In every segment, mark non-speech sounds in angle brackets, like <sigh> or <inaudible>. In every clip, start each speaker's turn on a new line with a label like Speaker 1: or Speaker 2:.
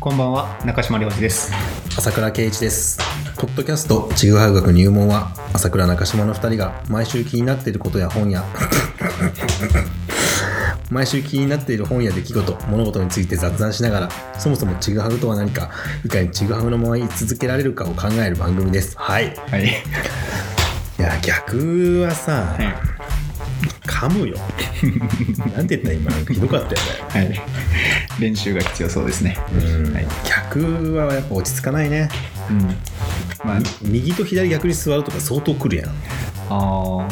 Speaker 1: こんばんは中島亮二です
Speaker 2: 朝倉圭一ですポッドキャスト「ちぐはぐ学入門は」朝倉中島の2人が毎週気になっていることや本や <laughs> 毎週気になっている本や出来事物事について雑談しながらそもそもちぐはぐとは何かいかにちぐはぐのまま言い続けられるかを考える番組ですはい
Speaker 1: はい
Speaker 2: いや逆はさ、
Speaker 1: はい
Speaker 2: 噛むよ <laughs> なんて言った今なんかひどかったよね
Speaker 1: はい練習が必要そうですね
Speaker 2: うん、
Speaker 1: はい
Speaker 2: 逆はやっぱ落ち着かないね
Speaker 1: うんまあ
Speaker 2: 右と左逆に座るとか相当くるやん
Speaker 1: あーああ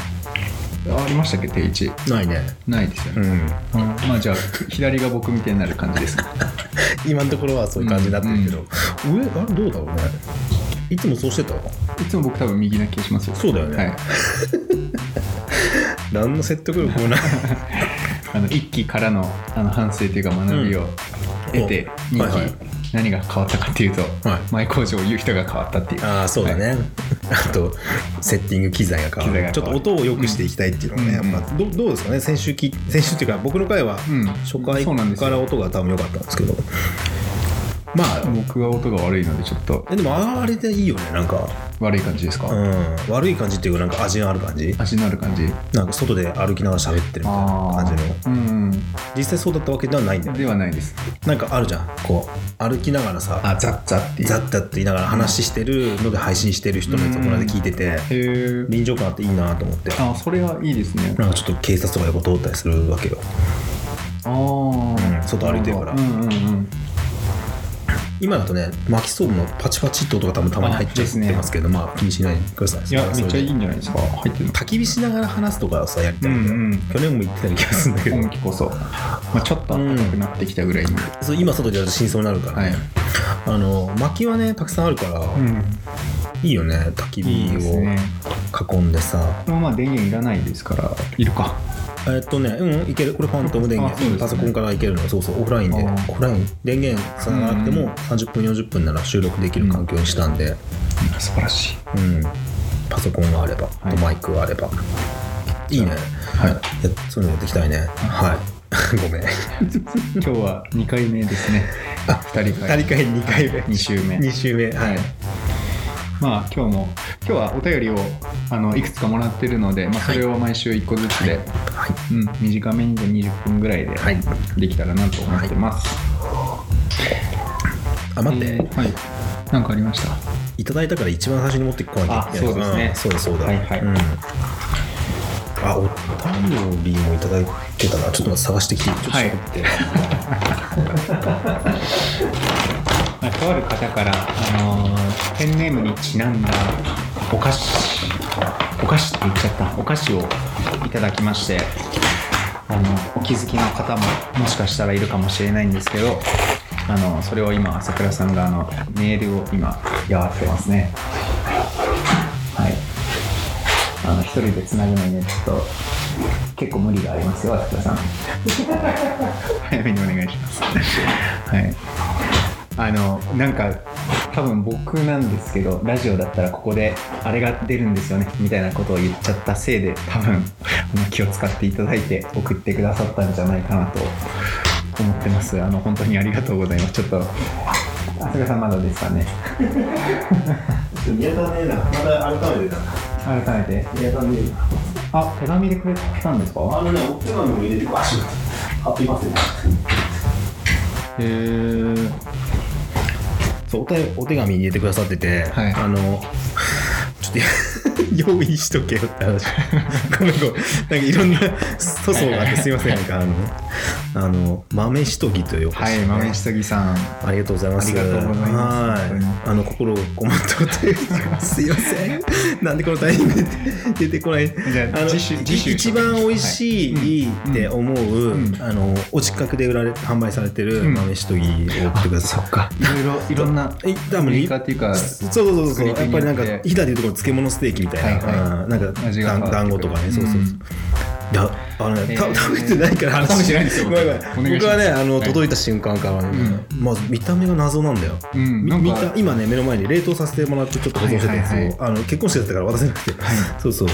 Speaker 1: りましたっけ定位置
Speaker 2: ないね
Speaker 1: ないですよ
Speaker 2: う
Speaker 1: ね、
Speaker 2: ん
Speaker 1: うんまあじゃあ左が僕みたいになる感じです
Speaker 2: <laughs>
Speaker 1: か
Speaker 2: 今のところはそういう感じになってるけど、上あれどうだろうねいつもそうしてた
Speaker 1: いつも僕多分右な気がしますよ
Speaker 2: そうだよね
Speaker 1: はい
Speaker 2: 何の説得力
Speaker 1: <laughs>
Speaker 2: もない
Speaker 1: あの一期からのあの反省というか学びを得て、
Speaker 2: うん
Speaker 1: 二
Speaker 2: はいはい
Speaker 1: 期何が変わったかっていうと、
Speaker 2: はい
Speaker 1: 前工場を言う人が変わったっていう
Speaker 2: ああそうだね、あとセッティング機材が変わる
Speaker 1: 機材が変わる
Speaker 2: ちょっと音を良くしていきたいっていうのがね、
Speaker 1: うん
Speaker 2: やっぱどどうですかね先週き先週っていうか僕の回は
Speaker 1: うん
Speaker 2: 初回
Speaker 1: そうなんですよ
Speaker 2: から音が多分良かったんですけど、まあ
Speaker 1: 僕は音が悪いのでちょっと
Speaker 2: えでもあれでいいよねなんか、
Speaker 1: 悪い感じですか、
Speaker 2: うん、悪い感じっていうかなんか味のある感じ
Speaker 1: 足のある感じ
Speaker 2: なんか外で歩きながら喋ってるみたいな
Speaker 1: あ
Speaker 2: 感じの
Speaker 1: ーうん
Speaker 2: 実際そうだったわけではないんだ
Speaker 1: うん
Speaker 2: よね
Speaker 1: ではないです
Speaker 2: なんかあるじゃんこう歩きながらさ
Speaker 1: あザッザッっていう
Speaker 2: ザッザッと言いながら話してるので配信してる人のやつをこの間聞いてて
Speaker 1: へー
Speaker 2: 臨場感あっていいなと思って
Speaker 1: あそれはいいですね
Speaker 2: なんかちょっと警察とか横通ったりするわけよ
Speaker 1: ああ、
Speaker 2: うん外歩いてるから
Speaker 1: うんうんうん
Speaker 2: 今だとね巻きストーブのパチパチって音が多分たまに入っちゃってますけどまあ気にしないでください
Speaker 1: いやめ
Speaker 2: そ
Speaker 1: っ
Speaker 2: れ
Speaker 1: ちゃ
Speaker 2: で
Speaker 1: いいんじゃないですか入ってるの
Speaker 2: 焚き火しながら話すとかはさやりたいんだよ
Speaker 1: うんうん
Speaker 2: 去年も言ってた気がするんだけど
Speaker 1: 今季こそ、まあ、ちょっと暖かくなってきたぐらいに、は
Speaker 2: そう今外でやると真相になるからね
Speaker 1: い、
Speaker 2: あの薪はねたくさんあるから
Speaker 1: うん、
Speaker 2: いいよね焚
Speaker 1: い
Speaker 2: き
Speaker 1: い
Speaker 2: 火
Speaker 1: ですね
Speaker 2: を囲んでさ
Speaker 1: これはまあ電源いらないですからいるか
Speaker 2: えっとね、うん、いける、これファントム電
Speaker 1: あ
Speaker 2: 源、
Speaker 1: そうですね
Speaker 2: パソコンからいけるの、そうそう、オフラインで、
Speaker 1: あー
Speaker 2: オフライン、電源つながなくて
Speaker 1: うん
Speaker 2: も、30分、40分なら収録できる環境にしたんで、
Speaker 1: 素晴らしい
Speaker 2: うん、パソコンがあれば、
Speaker 1: はい
Speaker 2: とマイクがあれば、いいね、
Speaker 1: はい
Speaker 2: いやそういうの持ってきたいね、はい、 <laughs> ごめん、
Speaker 1: 今日は2回目ですね
Speaker 2: あ
Speaker 1: 2人会
Speaker 2: 二回、2回目、
Speaker 1: 2週目
Speaker 2: 2週目、は
Speaker 1: はいい。まあ今日も今日はお便りをあのいくつかもらってるので、まあ、そ
Speaker 2: はい
Speaker 1: れを毎週1個ずつで、
Speaker 2: はい、
Speaker 1: うん、短めにで20分ぐらいで
Speaker 2: はい
Speaker 1: できたらなと思ってます、
Speaker 2: あ、待って、
Speaker 1: えーはい何かありました
Speaker 2: いただいたから一番最初に持ってこなきゃいけない
Speaker 1: あそうですね
Speaker 2: んそうだそうだ、
Speaker 1: はいはい
Speaker 2: うんあお誕生日もいただいてたなちょっと待って探してきてちょっと
Speaker 1: はい <laughs>
Speaker 2: 喋って、
Speaker 1: まあとある方から、あのーペンネームにちなんだお菓子お菓子って言っちゃったお菓子をいただきましてあのお気づきの方ももしかしたらいるかもしれないんですけどあのそれを今朝倉さんがあのメールを今やってますねはいあの一人でつなぐのにねちょっと結構無理がありますよ朝倉さん <laughs> 早めにお願いしますはいあのなんか多分僕なんですけどラジオだったらここであれが出るんですよねみたいなことを言っちゃったせいで多分 <laughs> あの気を使っていただいて送ってくださったんじゃないかなと思ってますあの本当にありがとうございますちょっと浅倉さんまだですかね
Speaker 2: 宮田ねえなまた改めてな
Speaker 1: 改めて
Speaker 2: 宮田ねえな
Speaker 1: あ手紙でくれたんですか
Speaker 2: のねお手紙も入れてくわし貼ってますね
Speaker 1: へえ
Speaker 2: そうお手お手紙入れてくださってて、
Speaker 1: はい
Speaker 2: あのちょっとや <laughs> 用意しとけよっ
Speaker 1: <laughs>
Speaker 2: て話ごめんごめんなんかいろんな粗相があってすいませんなんかあのあの豆しとぎというお菓子
Speaker 1: はい
Speaker 2: ね
Speaker 1: 豆下着さん
Speaker 2: ありがとうございます。
Speaker 1: ありがとうございます
Speaker 2: は
Speaker 1: 本当に
Speaker 2: い。あの心をこもったお便り。すいません。なんでこのタイミングで出てこない。
Speaker 1: じゃあ
Speaker 2: の
Speaker 1: 次週次週
Speaker 2: 一番美味しい、
Speaker 1: はい
Speaker 2: い、って思う、
Speaker 1: うん
Speaker 2: あのお近くで売られ販売されてる
Speaker 1: うん
Speaker 2: 豆しとぎを送ってください。
Speaker 1: かいろいろいろんな
Speaker 2: え多分
Speaker 1: メーカーっていうか
Speaker 2: そうそうそうそう。やっぱりなんか
Speaker 1: 作り手によって
Speaker 2: ひだでいうところ漬物ステーキみたいな、
Speaker 1: はいは
Speaker 2: うんなんか
Speaker 1: 味が変わってくる
Speaker 2: 団子とかね、そうそうそう。
Speaker 1: うん
Speaker 2: いやあのね、た
Speaker 1: えー
Speaker 2: 食べてないから
Speaker 1: あ食べてないんですよ
Speaker 2: ごめんごめん
Speaker 1: お願いします
Speaker 2: 僕はねあの
Speaker 1: はい
Speaker 2: 届いた瞬間からね、まあ見た目が謎なんだよ。
Speaker 1: うん
Speaker 2: み
Speaker 1: なんか
Speaker 2: 見た今ね目の前に冷凍させてもらってちょっと保存してたんです
Speaker 1: はい
Speaker 2: よ
Speaker 1: は。
Speaker 2: あの結婚式だったから渡せなくて、そうそう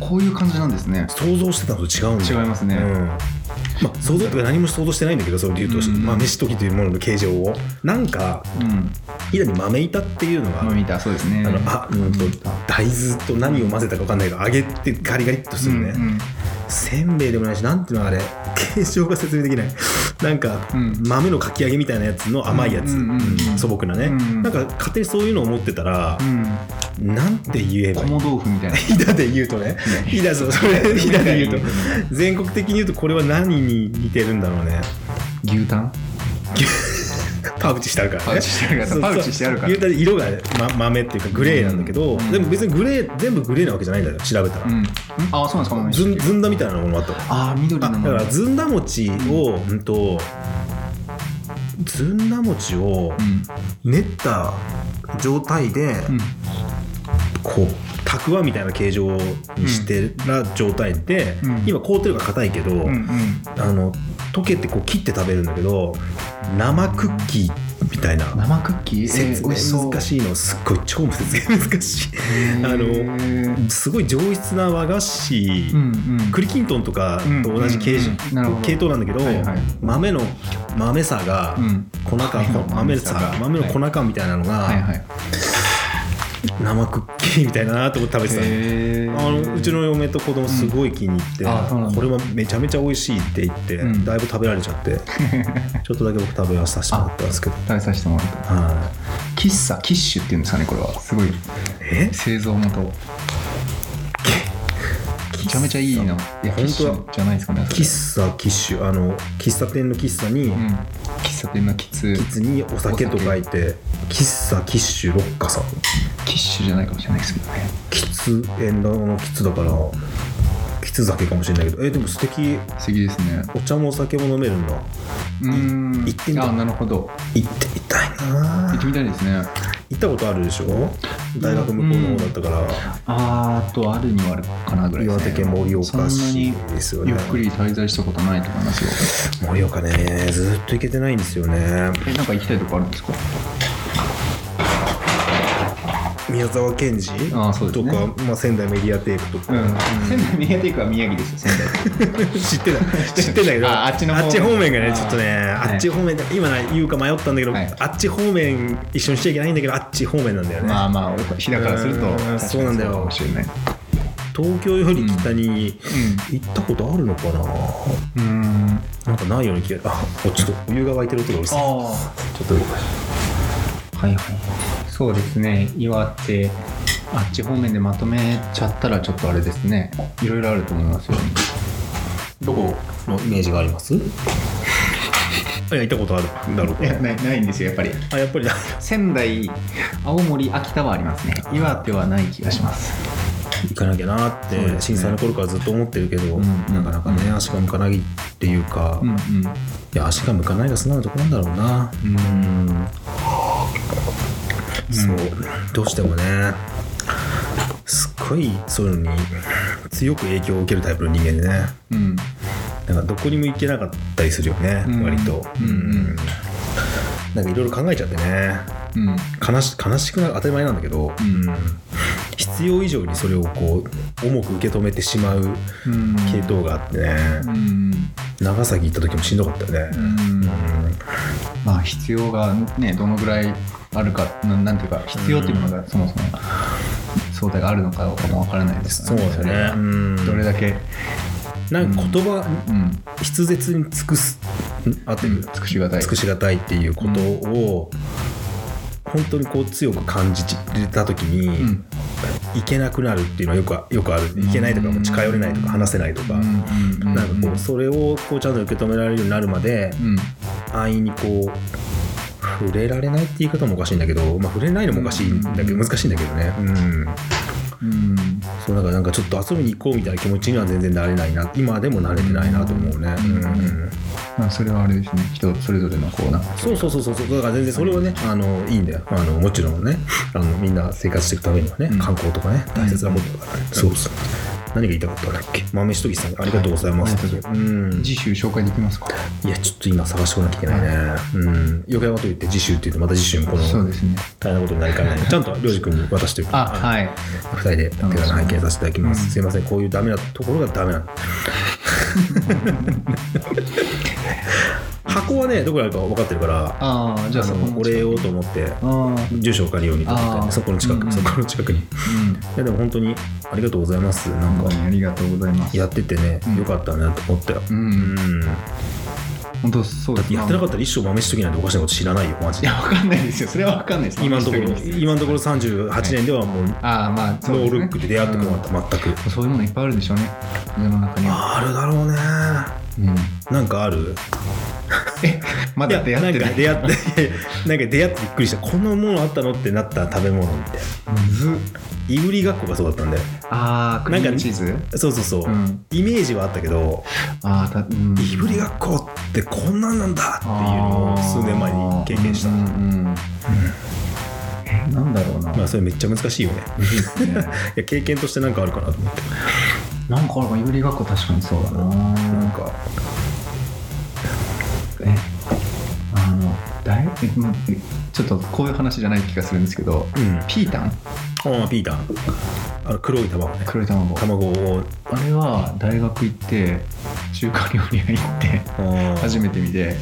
Speaker 1: こういう感じなんですね
Speaker 2: 想像してたのと違うんだよ。
Speaker 1: 違いますね
Speaker 2: うんまあ、想像とか何も想像してないんだけどそれで言うと、
Speaker 1: うん
Speaker 2: 豆しときというものの形状をなんか
Speaker 1: うん
Speaker 2: イラに豆板っていうのが、
Speaker 1: 豆板そうですね
Speaker 2: あのあうんと大豆と何を混ぜたか分かんないけど揚げてガリガリっとするね、
Speaker 1: うんうん
Speaker 2: せんべいでもないしなんていうのあれ形状が説明できない <laughs> なんか、
Speaker 1: うん
Speaker 2: 豆のかき揚げみたいなやつの甘いやつ、
Speaker 1: うんうんうん
Speaker 2: 素朴なね、
Speaker 1: うん
Speaker 2: なんか勝手にそういうのを持ってたら
Speaker 1: う、ん
Speaker 2: なんて言えばいい
Speaker 1: 小豆腐みたいな
Speaker 2: 飛騨で言うとね飛騨そうそれ飛騨で言うと全国的に言うとこれは何に似てるんだろうね
Speaker 1: 牛タン
Speaker 2: パウチしてあるからね
Speaker 1: パウチしてあるから
Speaker 2: そうそう
Speaker 1: パウチしてあるから
Speaker 2: 牛タンで色が、ま、豆っていうかグレーなんだけど、
Speaker 1: うん
Speaker 2: でも別にグレー全部グレーなわけじゃないんだよ調べたら、
Speaker 1: うんああそうなんです
Speaker 2: ず
Speaker 1: か
Speaker 2: んずんだみたいなものもあったわ
Speaker 1: ああ緑
Speaker 2: あ
Speaker 1: の
Speaker 2: だ
Speaker 1: も
Speaker 2: か
Speaker 1: の
Speaker 2: らずんだ餅をうんとずんだ餅を
Speaker 1: うん
Speaker 2: 練った状態で、
Speaker 1: うん
Speaker 2: こうたくあんみたいな形状にしてら状態で、
Speaker 1: うん
Speaker 2: 今凍ってるから硬いけど、
Speaker 1: うんうん
Speaker 2: あの溶けてこう切って食べるんだけど生クッキーみたいな
Speaker 1: 生クッキーえー
Speaker 2: 説明
Speaker 1: 美味しそう
Speaker 2: 難しいのすっごい超説明難しいあの
Speaker 1: の
Speaker 2: すごい上質な和菓子、
Speaker 1: うんうん
Speaker 2: 栗きんとんとかと同じ形,、
Speaker 1: うんうんうんなるほど
Speaker 2: 系統なんだけど、
Speaker 1: はいはい
Speaker 2: 豆の豆さが、
Speaker 1: うん
Speaker 2: 粉感
Speaker 1: 豆の
Speaker 2: 豆
Speaker 1: 豆
Speaker 2: さ
Speaker 1: さ
Speaker 2: が
Speaker 1: が
Speaker 2: 豆の粉感みたいなのが、
Speaker 1: はいはい
Speaker 2: 生クッキーみたいだなと思って食べてたの
Speaker 1: へえ
Speaker 2: あのうちの嫁と子供すごい気に入って、
Speaker 1: うんあそうなんだ
Speaker 2: これはめちゃめちゃ美味しいって言って、
Speaker 1: うん
Speaker 2: だいぶ食べられちゃって
Speaker 1: <laughs>
Speaker 2: ちょっとだけ僕食べさせてもらったんですけど、
Speaker 1: 食べさせてもらった
Speaker 2: は
Speaker 1: 喫茶キッシュっていうんですかねこれはすごい
Speaker 2: い、え
Speaker 1: 製造元めちゃめちゃいいないやキ
Speaker 2: 本
Speaker 1: ッシ
Speaker 2: 当だ
Speaker 1: ュじゃないですかねそれ
Speaker 2: 喫茶キッシュあの喫茶店の喫茶に、
Speaker 1: うん喫茶店のキツ
Speaker 2: キッズにお酒と書いて喫茶キッシュ六花さん
Speaker 1: キッシュじゃないかもしれないですけどね
Speaker 2: 喫煙のキッズだからキツ酒かもしれないけどえでも素敵
Speaker 1: 素敵ですね
Speaker 2: お茶もお酒も飲めるんだ
Speaker 1: うーん
Speaker 2: 行ってみたい
Speaker 1: あなるほど
Speaker 2: 行ってみたい
Speaker 1: 行っ
Speaker 2: な
Speaker 1: てみたいですね
Speaker 2: 行ったことあるでしょ大学向こうの方だったから、
Speaker 1: あーあとあるにはあるかなぐらいです、
Speaker 2: 岩
Speaker 1: ね、
Speaker 2: 手県盛岡市です
Speaker 1: そ
Speaker 2: よ
Speaker 1: んなにゆ
Speaker 2: ね
Speaker 1: っくり滞在したことないと思いますよ
Speaker 2: 盛岡ねずっと行けてないんですよね
Speaker 1: えなんか行きたいとこあるんですか
Speaker 2: 宮沢賢治
Speaker 1: あそうです
Speaker 2: と
Speaker 1: ね
Speaker 2: か、まあ、仙台メディアテークとか、
Speaker 1: 仙台宮テイクは宮城ですよ仙台
Speaker 2: 知ってた知ってんだけど
Speaker 1: ああっちの方面
Speaker 2: 面がね
Speaker 1: あー
Speaker 2: ちょっとね
Speaker 1: はい
Speaker 2: あっち方面で今ね言うか迷ったんだけど、
Speaker 1: はい
Speaker 2: あっち方面一緒にしちゃいけないんだけどあっち方面なんだよね、
Speaker 1: まあまあ日だからすると
Speaker 2: うーん
Speaker 1: 確かに
Speaker 2: そうなんだよ
Speaker 1: かもしれない
Speaker 2: 東京より北に行ったことあるのかな、
Speaker 1: うんうん
Speaker 2: なんかないような気があおちょっとお湯が沸いてる音がうるさい
Speaker 1: あ
Speaker 2: ちょっと動かし
Speaker 1: あはいはいそうですね岩手あっち方面でまとめちゃったらちょっとあれですねいろいろあると思いますよ
Speaker 2: どこのイメージがあ
Speaker 1: <laughs>
Speaker 2: りますいや行ったことあるんだろう
Speaker 1: い <laughs>
Speaker 2: か
Speaker 1: やないないんですよやっぱり
Speaker 2: あやっぱりだ
Speaker 1: 仙台青森秋田はありますね岩手はない気がします
Speaker 2: 行かなきゃなーっ
Speaker 1: そ
Speaker 2: て、
Speaker 1: うですね
Speaker 2: 震災の頃からずっと思ってるけど、
Speaker 1: うん
Speaker 2: なかなかね、足が向かないっていうか、
Speaker 1: うん
Speaker 2: い
Speaker 1: うん
Speaker 2: や足が向かないが素直なとこなんだろうな
Speaker 1: うん
Speaker 2: うんそうどうしてもねすっごいそういうのに強く影響を受けるタイプの人間でね
Speaker 1: うん
Speaker 2: なんかどこにも行けなかったりするよね、
Speaker 1: うん
Speaker 2: 割と、
Speaker 1: うんうん
Speaker 2: なんかいろいろ考えちゃってね
Speaker 1: うん
Speaker 2: 悲し悲しくなる当たり前なんだけ
Speaker 1: う
Speaker 2: ど、
Speaker 1: ん
Speaker 2: 必要以上にそれをこう重く受け止めてしまう
Speaker 1: うん
Speaker 2: 系統があってね、
Speaker 1: うん
Speaker 2: 長崎行った時もしんどかったよね
Speaker 1: う、んまあ必要がねどのぐらいあるかななんていうか必要っていうものがそもそも相対があるのかどうかもわからないです
Speaker 2: そ
Speaker 1: か
Speaker 2: う
Speaker 1: ら
Speaker 2: だよ
Speaker 1: れ
Speaker 2: ね
Speaker 1: が
Speaker 2: うん
Speaker 1: どれだけ
Speaker 2: なんか言葉、
Speaker 1: うん
Speaker 2: 筆舌に尽くすん合ってる、
Speaker 1: 尽くしがたい
Speaker 2: 尽くしがたいっていうことを、本当にこう強く感じれた時に、
Speaker 1: うん
Speaker 2: 行けなくなるっていうのはよくあよくある行けないとかもう近寄れないとか話せないとか、
Speaker 1: うんうん
Speaker 2: なんかこうそれをこうちゃんと受け止められるようになるまで
Speaker 1: うん
Speaker 2: 安易にこう触れられないって言い方もおかしいんだけど、まあ、触れないのもおかしいんだけど
Speaker 1: うん
Speaker 2: 難しいんだけどね、うん、
Speaker 1: うん
Speaker 2: そうだからなんかちょっと遊びに行こうみたいな気持ちには全然なれないな今でも慣れてないなと思うね、
Speaker 1: うん
Speaker 2: うん
Speaker 1: まあそれはあれですね人それぞれのこうなんか
Speaker 2: そうそうそうそうそうだから全然それはねあのいいんだよあのもちろんねあのみんな生活していくためにはね、
Speaker 1: うん
Speaker 2: 観光とかね大切なことだからね、そうそう何が言いたかったんだっけ豆しとぎさんありがとうございます、
Speaker 1: はいありがとう
Speaker 2: うん
Speaker 1: 次週紹介できますか
Speaker 2: いやちょっと今探してこなきゃいけないね、うん余計なこと言って次週って言うとまた次週もこの
Speaker 1: そうですね
Speaker 2: 大変なことになりかねないちゃんとりょうじ君に渡してる
Speaker 1: あはい <laughs>
Speaker 2: 2人で手柄拝見させていただきます、すいませんこういうダメなところがダメなの箱はねどこにあるか分かってるから
Speaker 1: ああじゃあ
Speaker 2: あ
Speaker 1: そこ
Speaker 2: の
Speaker 1: も
Speaker 2: お礼をと思って
Speaker 1: ああ
Speaker 2: 住所を借りようみたい
Speaker 1: あ
Speaker 2: な
Speaker 1: ー
Speaker 2: そこの近く、
Speaker 1: うん
Speaker 2: そこの近くにいやでも本当にありがとうございますなんか
Speaker 1: うんありがとうございます
Speaker 2: やっててね、
Speaker 1: うん
Speaker 2: よかったなと思ったよ
Speaker 1: う
Speaker 2: うんんだ
Speaker 1: 本当そうで
Speaker 2: っ
Speaker 1: す
Speaker 2: てやってなか
Speaker 1: っ
Speaker 2: ったら一生豆しときなんておかしなこと知らないよマジ
Speaker 1: い
Speaker 2: で
Speaker 1: やわかんないですよそれはわかんないです
Speaker 2: 今のところ
Speaker 1: 一人です
Speaker 2: 今のところ38年ではもうノ
Speaker 1: ああまあそうで
Speaker 2: ー
Speaker 1: すね
Speaker 2: ルックで出会ってこなかった全く
Speaker 1: うんそういうものいっぱいあるんでしょうね世の中には
Speaker 2: あるだろうね
Speaker 1: うん
Speaker 2: なんかある
Speaker 1: えまだ出会ってない
Speaker 2: いやなんか出会って <laughs> なんか出会ってびっくりしたこのものあったのってなった食べ物みたいな
Speaker 1: むずっ
Speaker 2: いぶりがっこがそうだったんだよ
Speaker 1: ああクリームチーズ
Speaker 2: そうそうそう、
Speaker 1: うん
Speaker 2: イメージはあったけど
Speaker 1: ああたうん
Speaker 2: いぶりがっこってこんなんなんだっていうのを数年前に経験した
Speaker 1: あーうんうんうんえなんだろうな、
Speaker 2: まあそれめっちゃ難しいよね <laughs>
Speaker 1: むずいっすね
Speaker 2: いや経験としてなんかあるかなと思って
Speaker 1: なんかあるかいぶりがっこ確かにそうだな
Speaker 2: なんか
Speaker 1: えあのだいえまえちょっとこういう話じゃない気がするんですけど、
Speaker 2: うん
Speaker 1: ピータン
Speaker 2: ああピーターあの黒い卵ね
Speaker 1: 黒い卵
Speaker 2: 卵を
Speaker 1: あれは大学行って中華料理屋行って初めて見て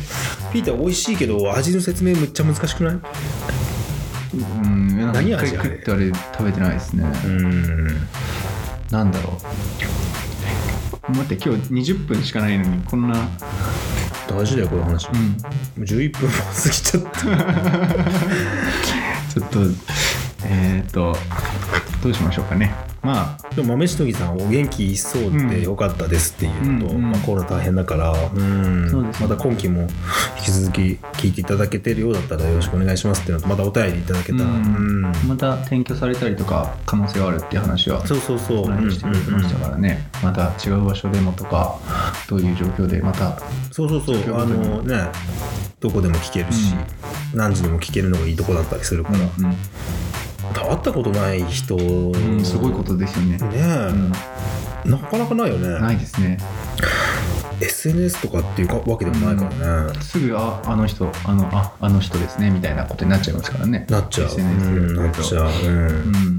Speaker 2: ピーター美味しいけど味の説明むっちゃ難しくない
Speaker 1: うんなんか
Speaker 2: 何
Speaker 1: 一回
Speaker 2: 味あれ
Speaker 1: 食ってあれ食べてないですね、
Speaker 2: うん
Speaker 1: なんだろう待って今日20分しかないのにこんな
Speaker 2: 大事だよこういう話も
Speaker 1: うん
Speaker 2: う11分も過ぎちゃった
Speaker 1: ちょっとえっ、ー、とどうしましょうかねまあ
Speaker 2: でも豆しとぎさんお元気そうでよかったですっていうのと、
Speaker 1: うんうん
Speaker 2: まあ、コロナ大変だから、うん
Speaker 1: そうですね
Speaker 2: また今期も引き続き聞いていただけてるようだったらよろしくお願いしますっていうのとまたお便りいただけたら、
Speaker 1: うん
Speaker 2: うん
Speaker 1: また転居されたりとか可能性があるっていう話は
Speaker 2: そうそうそう、
Speaker 1: 隣にしてくれてました
Speaker 2: うんうんうん
Speaker 1: からね、また違う場所でもとかどういう状況でまた
Speaker 2: そうそうそうあのねどこでも聞けるし、何時でも聞けるのがいいとこだったりするから、
Speaker 1: う
Speaker 2: 会ったことない人、
Speaker 1: ん、うんすごいことですよね、
Speaker 2: ねえ、
Speaker 1: うん、
Speaker 2: なかなかないよね
Speaker 1: ないですね
Speaker 2: SNS とかっていうかわけでもないからね、
Speaker 1: すぐああの人あのああの人ですねみたいなことになっちゃいますからね
Speaker 2: なっちゃう、
Speaker 1: SNS
Speaker 2: うんなっちゃう、うん
Speaker 1: うん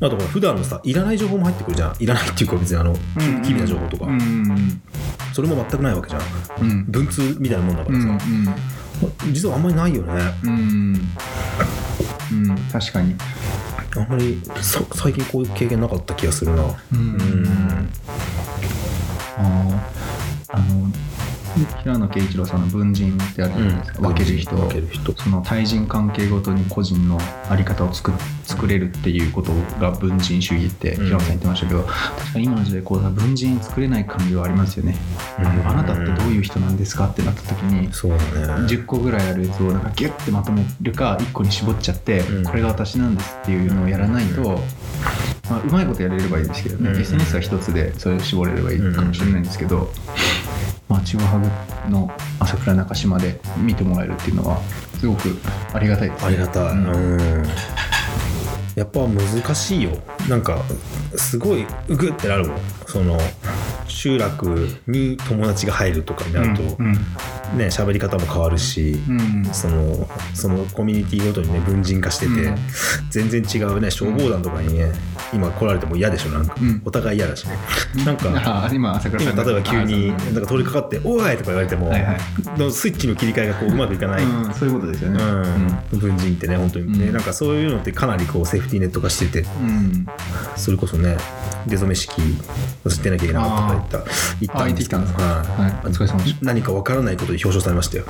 Speaker 2: あとこれ普段のさいらない情報も入ってくるじゃんいらないっていうか別にあの機微な情報とか、
Speaker 1: うんうん
Speaker 2: それも全くないわけじゃん
Speaker 1: うんうん
Speaker 2: 文通みたいなもんだか
Speaker 1: う
Speaker 2: ら
Speaker 1: ん
Speaker 2: さ、実はあんまりないよね
Speaker 1: うんうんうん確かに
Speaker 2: あんまりさ最近こういう経験なかった気がするな
Speaker 1: う
Speaker 2: うん
Speaker 1: あーあの平野啓一郎さんの文人ってあるじゃないですか、分ける人
Speaker 2: 分ける人
Speaker 1: その対人関係ごとに個人の在り方を作作れるっていうことが文人主義って
Speaker 2: うん
Speaker 1: 平野さん言ってましたけど、確かに今の時代こう文人作れない感じはありますよね、あのあなたってどういう人なんですかってなった時に
Speaker 2: そうだね
Speaker 1: 10個ぐらいあるやつをなんかギュッてまとめるか1個に絞っちゃって、
Speaker 2: うん
Speaker 1: これが私なんですっていうのをやらないと、まあ、うまいことやれればいいんですけどね、
Speaker 2: うん
Speaker 1: SNS は一つでそれを絞れればいいかもしれないんですけど、まあ、ちぐはぐの朝倉中島で見てもらえるっていうのはすごくありがたいです
Speaker 2: ありがたい、
Speaker 1: うん
Speaker 2: うんやっぱ難しいよなんかすごいうぐってなるもんその集落に友達が入るとかになると、
Speaker 1: うん
Speaker 2: ね喋り方も変わるし、
Speaker 1: うんうん
Speaker 2: そのそのコミュニティごとにね文人化してて、
Speaker 1: うん
Speaker 2: 全然違うね消防団とかにね、今来られても嫌でしょなんか、
Speaker 1: うん
Speaker 2: お互い嫌だしね、なんか
Speaker 1: あ今朝倉
Speaker 2: 今
Speaker 1: さん
Speaker 2: 例えば急に
Speaker 1: あ
Speaker 2: なんか通りかかって「おい!」とか言われても、
Speaker 1: はいはい
Speaker 2: のスイッチの切り替えがこううまくいかない、うん
Speaker 1: うんそういうことですよね
Speaker 2: 文人ってね本当にね、
Speaker 1: うん
Speaker 2: なんかそういうのってかなりこうセーフティーネット化してて
Speaker 1: うん、うん
Speaker 2: それこそね出初め式私出なきゃいけなかったとか言った
Speaker 1: あ行ってきたんですかはいお疲れ様でし
Speaker 2: 何か分からないことで表彰され
Speaker 1: <laughs>
Speaker 2: ましたよ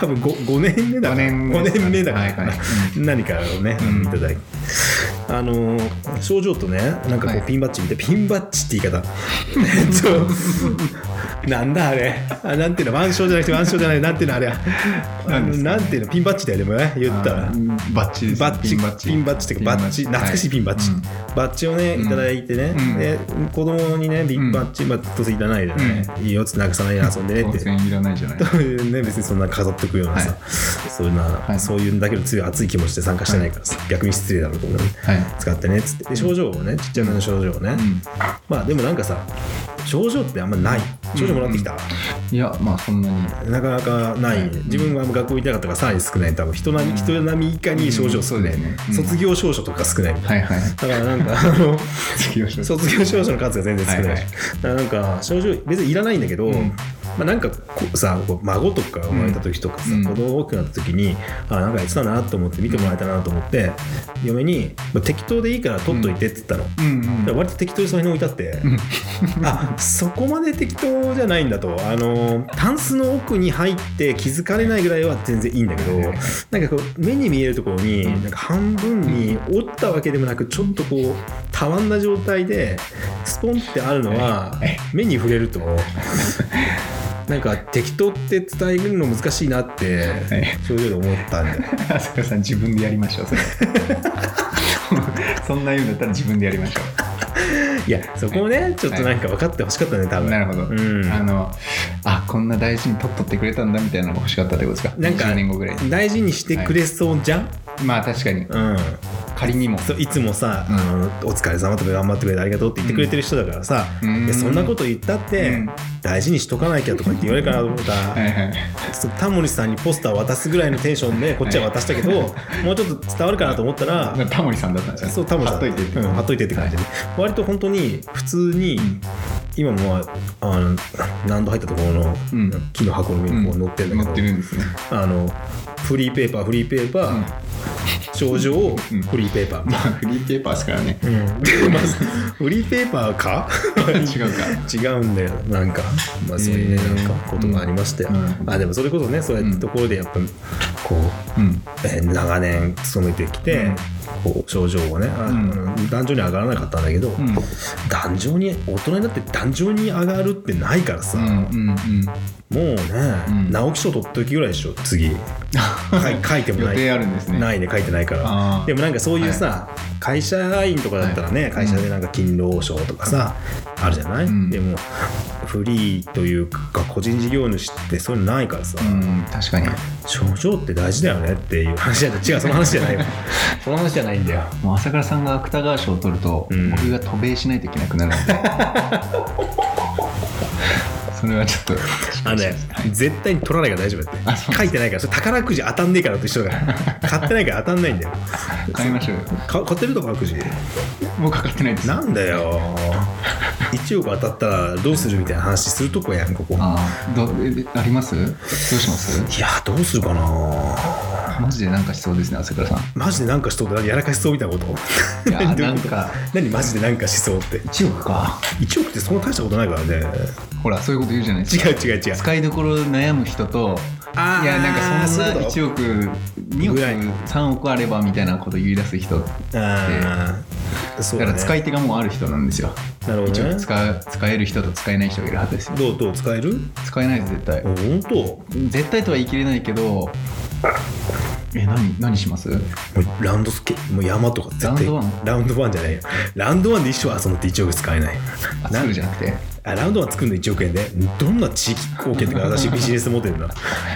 Speaker 2: 多分 5, 五年目だか
Speaker 1: 五
Speaker 2: ら
Speaker 1: 年目
Speaker 2: 五年目だから、
Speaker 1: はいはい
Speaker 2: 何かをね、
Speaker 1: うん
Speaker 2: いただいてあのー症状とねなんかこ
Speaker 1: は
Speaker 2: う
Speaker 1: い
Speaker 2: ピンバッジみたいピンバッジって言い方 <laughs> えっとなんだあれあなんていうの腕章じゃなくて腕章じゃないなんていうのあれあ
Speaker 1: なん
Speaker 2: の
Speaker 1: ですか
Speaker 2: なんていうのピンバッジだよでもね言ったら
Speaker 1: あーバッチです
Speaker 2: バッジ、
Speaker 1: ピ
Speaker 2: ピ
Speaker 1: ン
Speaker 2: ン
Speaker 1: バ
Speaker 2: バ
Speaker 1: ッ
Speaker 2: ッ
Speaker 1: ジ
Speaker 2: ジ、懐かしいピンバッジ
Speaker 1: はいうん。
Speaker 2: バッジをね、
Speaker 1: うん
Speaker 2: いただいてね
Speaker 1: うん、
Speaker 2: で、子供にね、ビ
Speaker 1: うん
Speaker 2: ッバッジ、まあ、どうせいらないでね、いいよっつって、なくさないで遊んでね
Speaker 1: 当
Speaker 2: って。
Speaker 1: 然いらないじゃない
Speaker 2: そういう <laughs> ね、別にそんな飾ってくようなさ
Speaker 1: は、
Speaker 2: そういう
Speaker 1: い
Speaker 2: な、そういうだけの強い熱い気持ちで参加してないからさ、逆に失礼だろうと思うね。
Speaker 1: はい
Speaker 2: 使ってねっつってで症状をねちっちゃめの症状をね、
Speaker 1: ん
Speaker 2: まあでもなんかさ症状ってあんまない症状もらってきた、
Speaker 1: いやまあそんなに
Speaker 2: なかなかない、自分は学校行きたかったからさらに少ない多分人並み,、人並み以下に症状少ない、
Speaker 1: うんそうだよねうん
Speaker 2: 卒業証書とか少ないみたい
Speaker 1: はいはい
Speaker 2: なだからなんかあの
Speaker 1: 卒業証
Speaker 2: 卒業証書の数が全然少ない、
Speaker 1: はいはい
Speaker 2: だからなんか症状別にいらないんだけど、
Speaker 1: うん
Speaker 2: まあ、なんかこうさこう孫とか生まれた時とかさ、
Speaker 1: うん
Speaker 2: 子供大きくなった時にあなんかやってたなと思って見てもらえたなと思って嫁に、まあ、適当でいいから取っといてって言ったの、
Speaker 1: うんうん
Speaker 2: だから割と適当にその辺に置いてあって、
Speaker 1: ん
Speaker 2: あそこまで適当じゃないんだとあのタンスの奥に入って気づかれないぐらいは全然いいんだけど
Speaker 1: はいはい
Speaker 2: なんかこう目に見えるところに
Speaker 1: うん
Speaker 2: なんか半分に折ったわけでもなくちょっとこうたわんだ状態でスポンってあるのは
Speaker 1: はいはい
Speaker 2: 目に触れ
Speaker 1: <laughs>
Speaker 2: ると。なんか適当って伝えるの難しいなって
Speaker 1: い
Speaker 2: そういうの思った
Speaker 1: <laughs>
Speaker 2: んだよ
Speaker 1: 浅香さん自分でやりましょうそれそんな言うんだったら自分でやりましょ
Speaker 2: いやそこをねちょっとなんか分かってほしかったね多
Speaker 1: う
Speaker 2: 分
Speaker 1: なるほど、
Speaker 2: うん
Speaker 1: あのあこんな大事に取っとってくれたんだみたいなのが欲しかったってことですか
Speaker 2: なんか
Speaker 1: 20年後ぐらいに
Speaker 2: 大事にしてくれそうじゃん、
Speaker 1: まあ確かに
Speaker 2: うん
Speaker 1: 仮にも
Speaker 2: そういつもさ、
Speaker 1: うん
Speaker 2: あの「お疲れ様とか頑張ってくれてありがとう」って言ってくれてる人だからさ、
Speaker 1: うん
Speaker 2: いやそんなこと言ったって、
Speaker 1: うん
Speaker 2: 大事にしとかなきゃとかって言われるかなと思ったら、
Speaker 1: はいはい
Speaker 2: そうタモリさんにポスター渡すぐらいのテンションでこっちは渡したけど、もうちょっと伝わるかなと思ったら、
Speaker 1: タモリさんだったんじゃない
Speaker 2: そうタモリさ
Speaker 1: 貼っ
Speaker 2: ん
Speaker 1: といてって、
Speaker 2: うん貼っといてって感じで、割と本当に普通に、今もうあの何度入ったところの、
Speaker 1: うん
Speaker 2: 木の箱の上にこう乗ってるんだけど、
Speaker 1: 乗ってるんですね
Speaker 2: あのフリーペーパーフリーペーパー、
Speaker 1: うん
Speaker 2: 症状を
Speaker 1: うん
Speaker 2: フリーペーパー、
Speaker 1: まあフリーペーパーですから
Speaker 2: <laughs>
Speaker 1: ね
Speaker 2: でまずフリーペーパーか <laughs>
Speaker 1: 違うか
Speaker 2: 違うんだよなんか、まあ、そういうね、
Speaker 1: えー
Speaker 2: なんかことがありまして、
Speaker 1: うん
Speaker 2: あでもそれこそねそうやってところでやっぱこう、
Speaker 1: うん
Speaker 2: えー長年勤めてきて、こう症状をね、あ
Speaker 1: ん
Speaker 2: 壇上に上がらなかったんだけど、
Speaker 1: うん
Speaker 2: 壇上に大人になって壇上に上がるってないからさ、
Speaker 1: うんうんうん
Speaker 2: もうね、
Speaker 1: うん
Speaker 2: 直木賞取った時ぐらいでしょ次
Speaker 1: <laughs>
Speaker 2: はい書いても
Speaker 1: 予
Speaker 2: ない
Speaker 1: 定あるんですね
Speaker 2: ないいね書いてないから
Speaker 1: あ
Speaker 2: でもなんかそういうさ、会社員とかだったらね、
Speaker 1: はい
Speaker 2: 会社でなんか勤労賞とかさ、あるじゃない、
Speaker 1: うん
Speaker 2: でもフリーというか個人事業主ってそういうのないからさ、
Speaker 1: うん確かに
Speaker 2: 症状って大事だよねっていう話じゃない違うその話じゃないよ <laughs> その話じゃないんだよ
Speaker 1: もう朝倉さんが芥川賞を取ると、
Speaker 2: うん
Speaker 1: 僕が渡米しないといけなくなるん
Speaker 2: <laughs>
Speaker 1: でそれはちょっと
Speaker 2: あのね絶対に取らないから大丈夫だ
Speaker 1: あ
Speaker 2: っ
Speaker 1: そ
Speaker 2: て書いてないからそれ宝くじ当たんねえからと一緒だから買ってないから当たんないんだよ
Speaker 1: 買いましょうよ
Speaker 2: か買ってる宝くじ
Speaker 1: 僕は買ってないです
Speaker 2: なんだよ1億当たったらどうするみたいな話するとこやんここ
Speaker 1: ああどえありますどうします
Speaker 2: いやーどうするかな
Speaker 1: マジでなんかしそうですね朝倉さん
Speaker 2: マジでなんかしそうだなやらかしそうみたいなこと
Speaker 1: いやー
Speaker 2: <laughs> どう
Speaker 1: な
Speaker 2: うんこと
Speaker 1: か
Speaker 2: 何マジでなんかしそうって
Speaker 1: 1億か
Speaker 2: 1億ってそんな大したことないからね
Speaker 1: ほらそういうこと言うじゃないですか
Speaker 2: 違う違う違う
Speaker 1: 使いどころ悩む人と
Speaker 2: あー
Speaker 1: いやなんかそん
Speaker 2: そういう
Speaker 1: な
Speaker 2: こと
Speaker 1: 1億2億
Speaker 2: ぐらい
Speaker 1: 3億あればみたいなこと言い出す人だ
Speaker 2: ああそう
Speaker 1: か
Speaker 2: だ,、
Speaker 1: ら
Speaker 2: ね、
Speaker 1: 使い手がもうある人なんですよ
Speaker 2: なるほど
Speaker 1: 1
Speaker 2: ね
Speaker 1: 億使う使える人と使えない人がいるはずですよ
Speaker 2: どうどう使える
Speaker 1: 使えないです絶対
Speaker 2: 本当
Speaker 1: 絶対とは言い切れないけどえ何何します
Speaker 2: もうラウンドスケもう山とか絶対
Speaker 1: ラウンドワン
Speaker 2: ラウンドワンじゃないよラウンドワンで一生遊んだって1億使えない
Speaker 1: あ作るじゃなくて
Speaker 2: あラウンドワン作るの1億円でどんな地域貢献とか私ビジネスモデルだ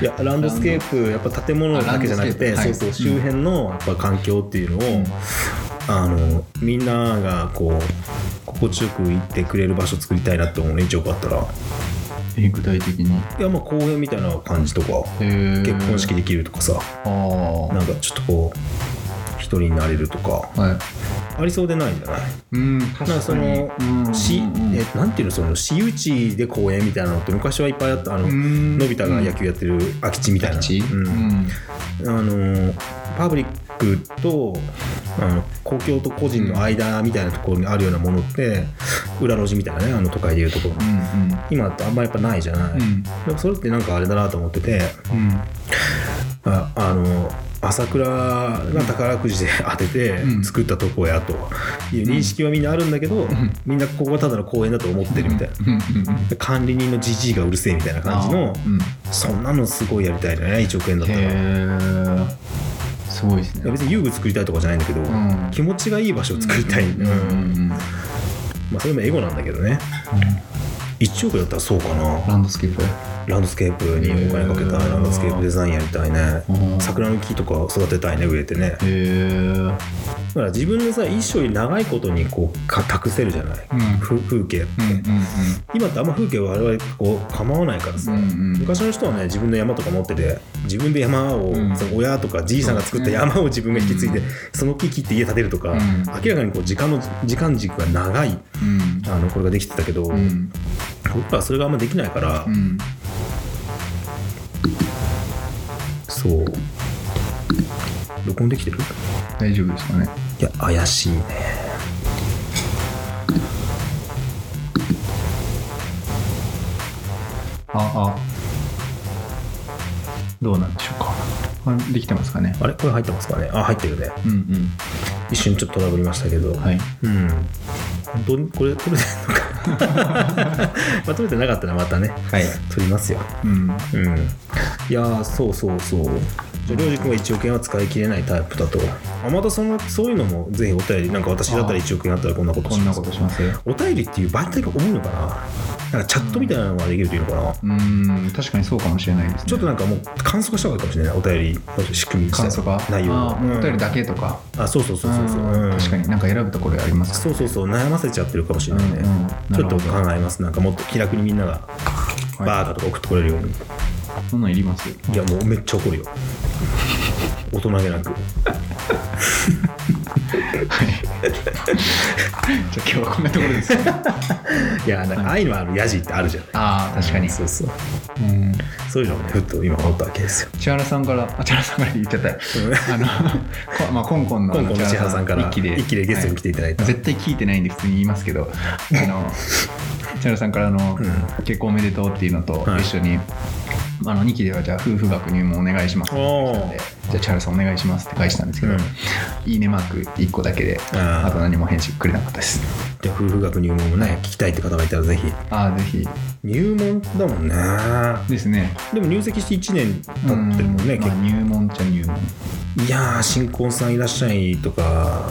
Speaker 2: いやラウンドスケープやっぱ建物だけじゃなくて、
Speaker 1: あラウ
Speaker 2: そ
Speaker 1: ンド
Speaker 2: う
Speaker 1: スケ
Speaker 2: そ
Speaker 1: ープ
Speaker 2: う周辺のやっぱ環境っていうのを、
Speaker 1: うん
Speaker 2: あのみんながこう心地よく行ってくれる場所作りたいなって思うね1億あったら
Speaker 1: え具体的に
Speaker 2: いやまあ公園みたいな感じとか
Speaker 1: 結
Speaker 2: 結婚式できるとかさ
Speaker 1: ああ
Speaker 2: なんかちょっとこう一人になれるとか
Speaker 1: はい
Speaker 2: ありそうでないんじゃない
Speaker 1: うん
Speaker 2: なんかそのし、
Speaker 1: うん
Speaker 2: えなんていうのその私有地で公園みたいなのって昔はいっぱいあったあの、
Speaker 1: うん
Speaker 2: のび太が野球やってる空き地みたいな、
Speaker 1: 宅地
Speaker 2: うん
Speaker 1: うん
Speaker 2: あのパブリックとあの公共と個人の間みたいなところにあるようなものって裏路地みたいなねあの都会でいうところ、
Speaker 1: うん
Speaker 2: 今ってあんまやっぱないじゃない、
Speaker 1: うん
Speaker 2: でもそれってなんかあれだなと思ってて
Speaker 1: うん
Speaker 2: ああの朝倉が宝くじで当てて
Speaker 1: うん
Speaker 2: 作ったとこやという認識はみんなあるんだけど、
Speaker 1: ん
Speaker 2: みんなここがただの公園だと思ってるみたいな、
Speaker 1: うんうんうん
Speaker 2: で管理人のじじいがうるせえみたいな感じの
Speaker 1: あーうん
Speaker 2: そんなのすごいやりたいね1億円だったらい
Speaker 1: へえすごいです
Speaker 2: や
Speaker 1: ね
Speaker 2: 別に遊具作りたいとかじゃないんだけど、
Speaker 1: ん
Speaker 2: 気持ちがいい場所を作りたい、
Speaker 1: うんうんうんうん
Speaker 2: まあ、それもエゴなんだけどね1億だったらそうかな
Speaker 1: ランドスケープ
Speaker 2: ランドスケープにお金かけたいランドスケープデザインやりたいね
Speaker 1: うん
Speaker 2: 桜の木とか育てたいね植えてね
Speaker 1: へえ
Speaker 2: だから自分のさ一生より長いことにこうか託せるじゃない、
Speaker 1: うん
Speaker 2: ふ風景
Speaker 1: うん
Speaker 2: 今ってあんま風景は我々こう構わないからさ、
Speaker 1: うんうんうん
Speaker 2: 昔の人はね自分の山とか持ってて自分で山を、
Speaker 1: ん
Speaker 2: その親とかじいさんが作った山を自分が引き継いで、その木切って家建てるとか、
Speaker 1: うん
Speaker 2: 明らかにこう時間の時間軸が長い
Speaker 1: うん
Speaker 2: あのこれができてたけど、
Speaker 1: うんうん
Speaker 2: 僕らはそれがあんまできないから、
Speaker 1: うん
Speaker 2: そう録音できてる
Speaker 1: 大丈夫ですかね
Speaker 2: いや怪しいね
Speaker 1: ああどうなんでしょうかあできてますかね
Speaker 2: あれこれ入ってますかねあ入ってるね
Speaker 1: うん
Speaker 2: 一瞬ちょっとトラブりましたけど、
Speaker 1: うんはい
Speaker 2: うん本当にこれ撮れてんのか <laughs> まあ撮れてなかったらまたね
Speaker 1: はい
Speaker 2: 撮りますよ
Speaker 1: うんは
Speaker 2: うんいやーそうそうそうじゃありょうじ君は1億円は使い切れないタイプだとあまたそのそういうのもぜひお便りなんか私だったら1億円あったらこんなこと
Speaker 1: こ
Speaker 2: し
Speaker 1: んな
Speaker 2: ま
Speaker 1: こ
Speaker 2: す
Speaker 1: とします
Speaker 2: お便りっていう媒体が多いのかななんかチャットみたいなのができるというのかな、
Speaker 1: うん確かにそうかもしれないですね
Speaker 2: ちょっとなんかもう簡素化した方がいいかもしれないお便りの仕組み自
Speaker 1: 簡
Speaker 2: 体
Speaker 1: 素化
Speaker 2: 内容
Speaker 1: あ
Speaker 2: をうん
Speaker 1: お便りだけとか
Speaker 2: あそうそうそうそうそう、
Speaker 1: ん
Speaker 2: うん
Speaker 1: 確かに何か選ぶところあります
Speaker 2: そうそうそう悩ませちゃってるかもしれないね、
Speaker 1: うんうん
Speaker 2: ちょっと
Speaker 1: なるほ
Speaker 2: 考えますなんかもっと気楽にみんなが
Speaker 1: はい
Speaker 2: バーガーとか送ってこれるように、
Speaker 1: そんなんいります
Speaker 2: い、やもうめっちゃ怒るよ大人げなく
Speaker 1: じゃあ今日はこんなところですね
Speaker 2: いやなんかああいうのあるやじってあるじゃない
Speaker 1: ああ確かに
Speaker 2: そうそう
Speaker 1: うん
Speaker 2: そういうのをねふっと今思ったわけですよ
Speaker 1: 千原さんからあ千原さんから言っちゃったよあのこまあコンコンの
Speaker 2: 今回の千原さんから
Speaker 1: 一気で
Speaker 2: 一気でゲストに来ていただいた、
Speaker 1: はい絶対聞いてないんで普通に言いますけどあの千原さんからあの、
Speaker 2: ん
Speaker 1: 結婚おめでとうっていうのと
Speaker 2: はい
Speaker 1: 一緒に、あの2期ではじゃあ夫婦学入門お願いしますって言ってたんでじゃあ千原さんお願いしますって返したんですけど、
Speaker 2: うん
Speaker 1: いいねマーク1個だけで
Speaker 2: あー
Speaker 1: あと何も返事くれなかったです
Speaker 2: じゃあ夫婦学入門もね聞きたいって方がいたらぜひ
Speaker 1: ああぜひ
Speaker 2: 入門だもんね
Speaker 1: ですね
Speaker 2: でも入籍して1年経ってるもん
Speaker 1: う
Speaker 2: ね、
Speaker 1: ん
Speaker 2: 結
Speaker 1: まあ、
Speaker 2: 構
Speaker 1: 入門っちゃ入門
Speaker 2: いやー新婚さんいらっしゃいとか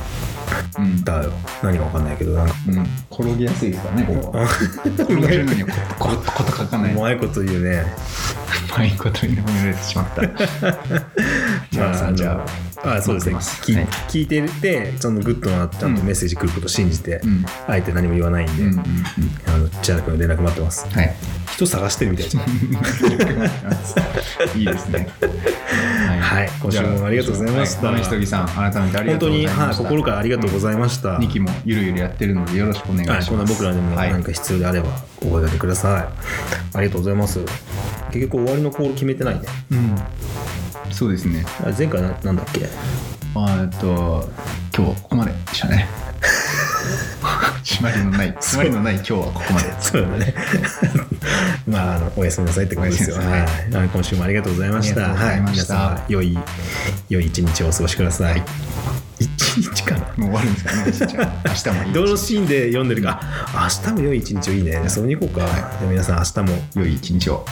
Speaker 1: うん
Speaker 2: だよ何か分かんないけどなんか
Speaker 1: うん、転ぎやすいですからね、ここは。転がるのにはコロッとコロッと書かない。
Speaker 2: <laughs> う
Speaker 1: う
Speaker 2: まいこと言うね
Speaker 1: まいことに褒められてしまった。じゃあさん、じゃあ、
Speaker 2: あそうです
Speaker 1: 待って
Speaker 2: ね
Speaker 1: ます
Speaker 2: 聞い
Speaker 1: はい
Speaker 2: 聞いててそのグッドなちゃんとメッセージ来ることを信じて、
Speaker 1: うん、
Speaker 2: あえて何も言わないんで、
Speaker 1: うん、うん、うん。
Speaker 2: あの千原君の連絡待ってます
Speaker 1: はい。
Speaker 2: 人探してるみた
Speaker 1: <laughs>
Speaker 2: いじゃん
Speaker 1: いいですね。は
Speaker 2: はい今週もありがとうございました
Speaker 1: はい、亀井さん、改めてありがとうござ
Speaker 2: 本当
Speaker 1: い
Speaker 2: に、
Speaker 1: ました。
Speaker 2: はい、心からありがとうございました、
Speaker 1: 二期もゆるゆるやってるので、よろしくお願いし
Speaker 2: は
Speaker 1: ま
Speaker 2: い、
Speaker 1: す。
Speaker 2: こんな僕らでも
Speaker 1: はい
Speaker 2: 何か必要であればお声掛けください、ありがとうございます結局終わりのコール決めてないね
Speaker 1: うん。そうですね。
Speaker 2: あ前回ななんだっけ
Speaker 1: あえっと今日はここまででしたね <laughs> 締まりのない締まりのない今日はここまで
Speaker 2: <laughs> そうだねまああのおやすみなさいってことですよ
Speaker 1: おやすみなさ
Speaker 2: はい、今週もありがとうございまし
Speaker 1: あ
Speaker 2: た
Speaker 1: りがとうございました
Speaker 2: はい、皆様良い良い一日をお過ごしください一日かな
Speaker 1: もう終わるんですかねおじいちゃん明日もいい
Speaker 2: どのシーンで読んでるかあ明日も良い一日をいいねそれに行こうか、
Speaker 1: は
Speaker 2: じゃあ皆さん明日も
Speaker 1: 良い一日を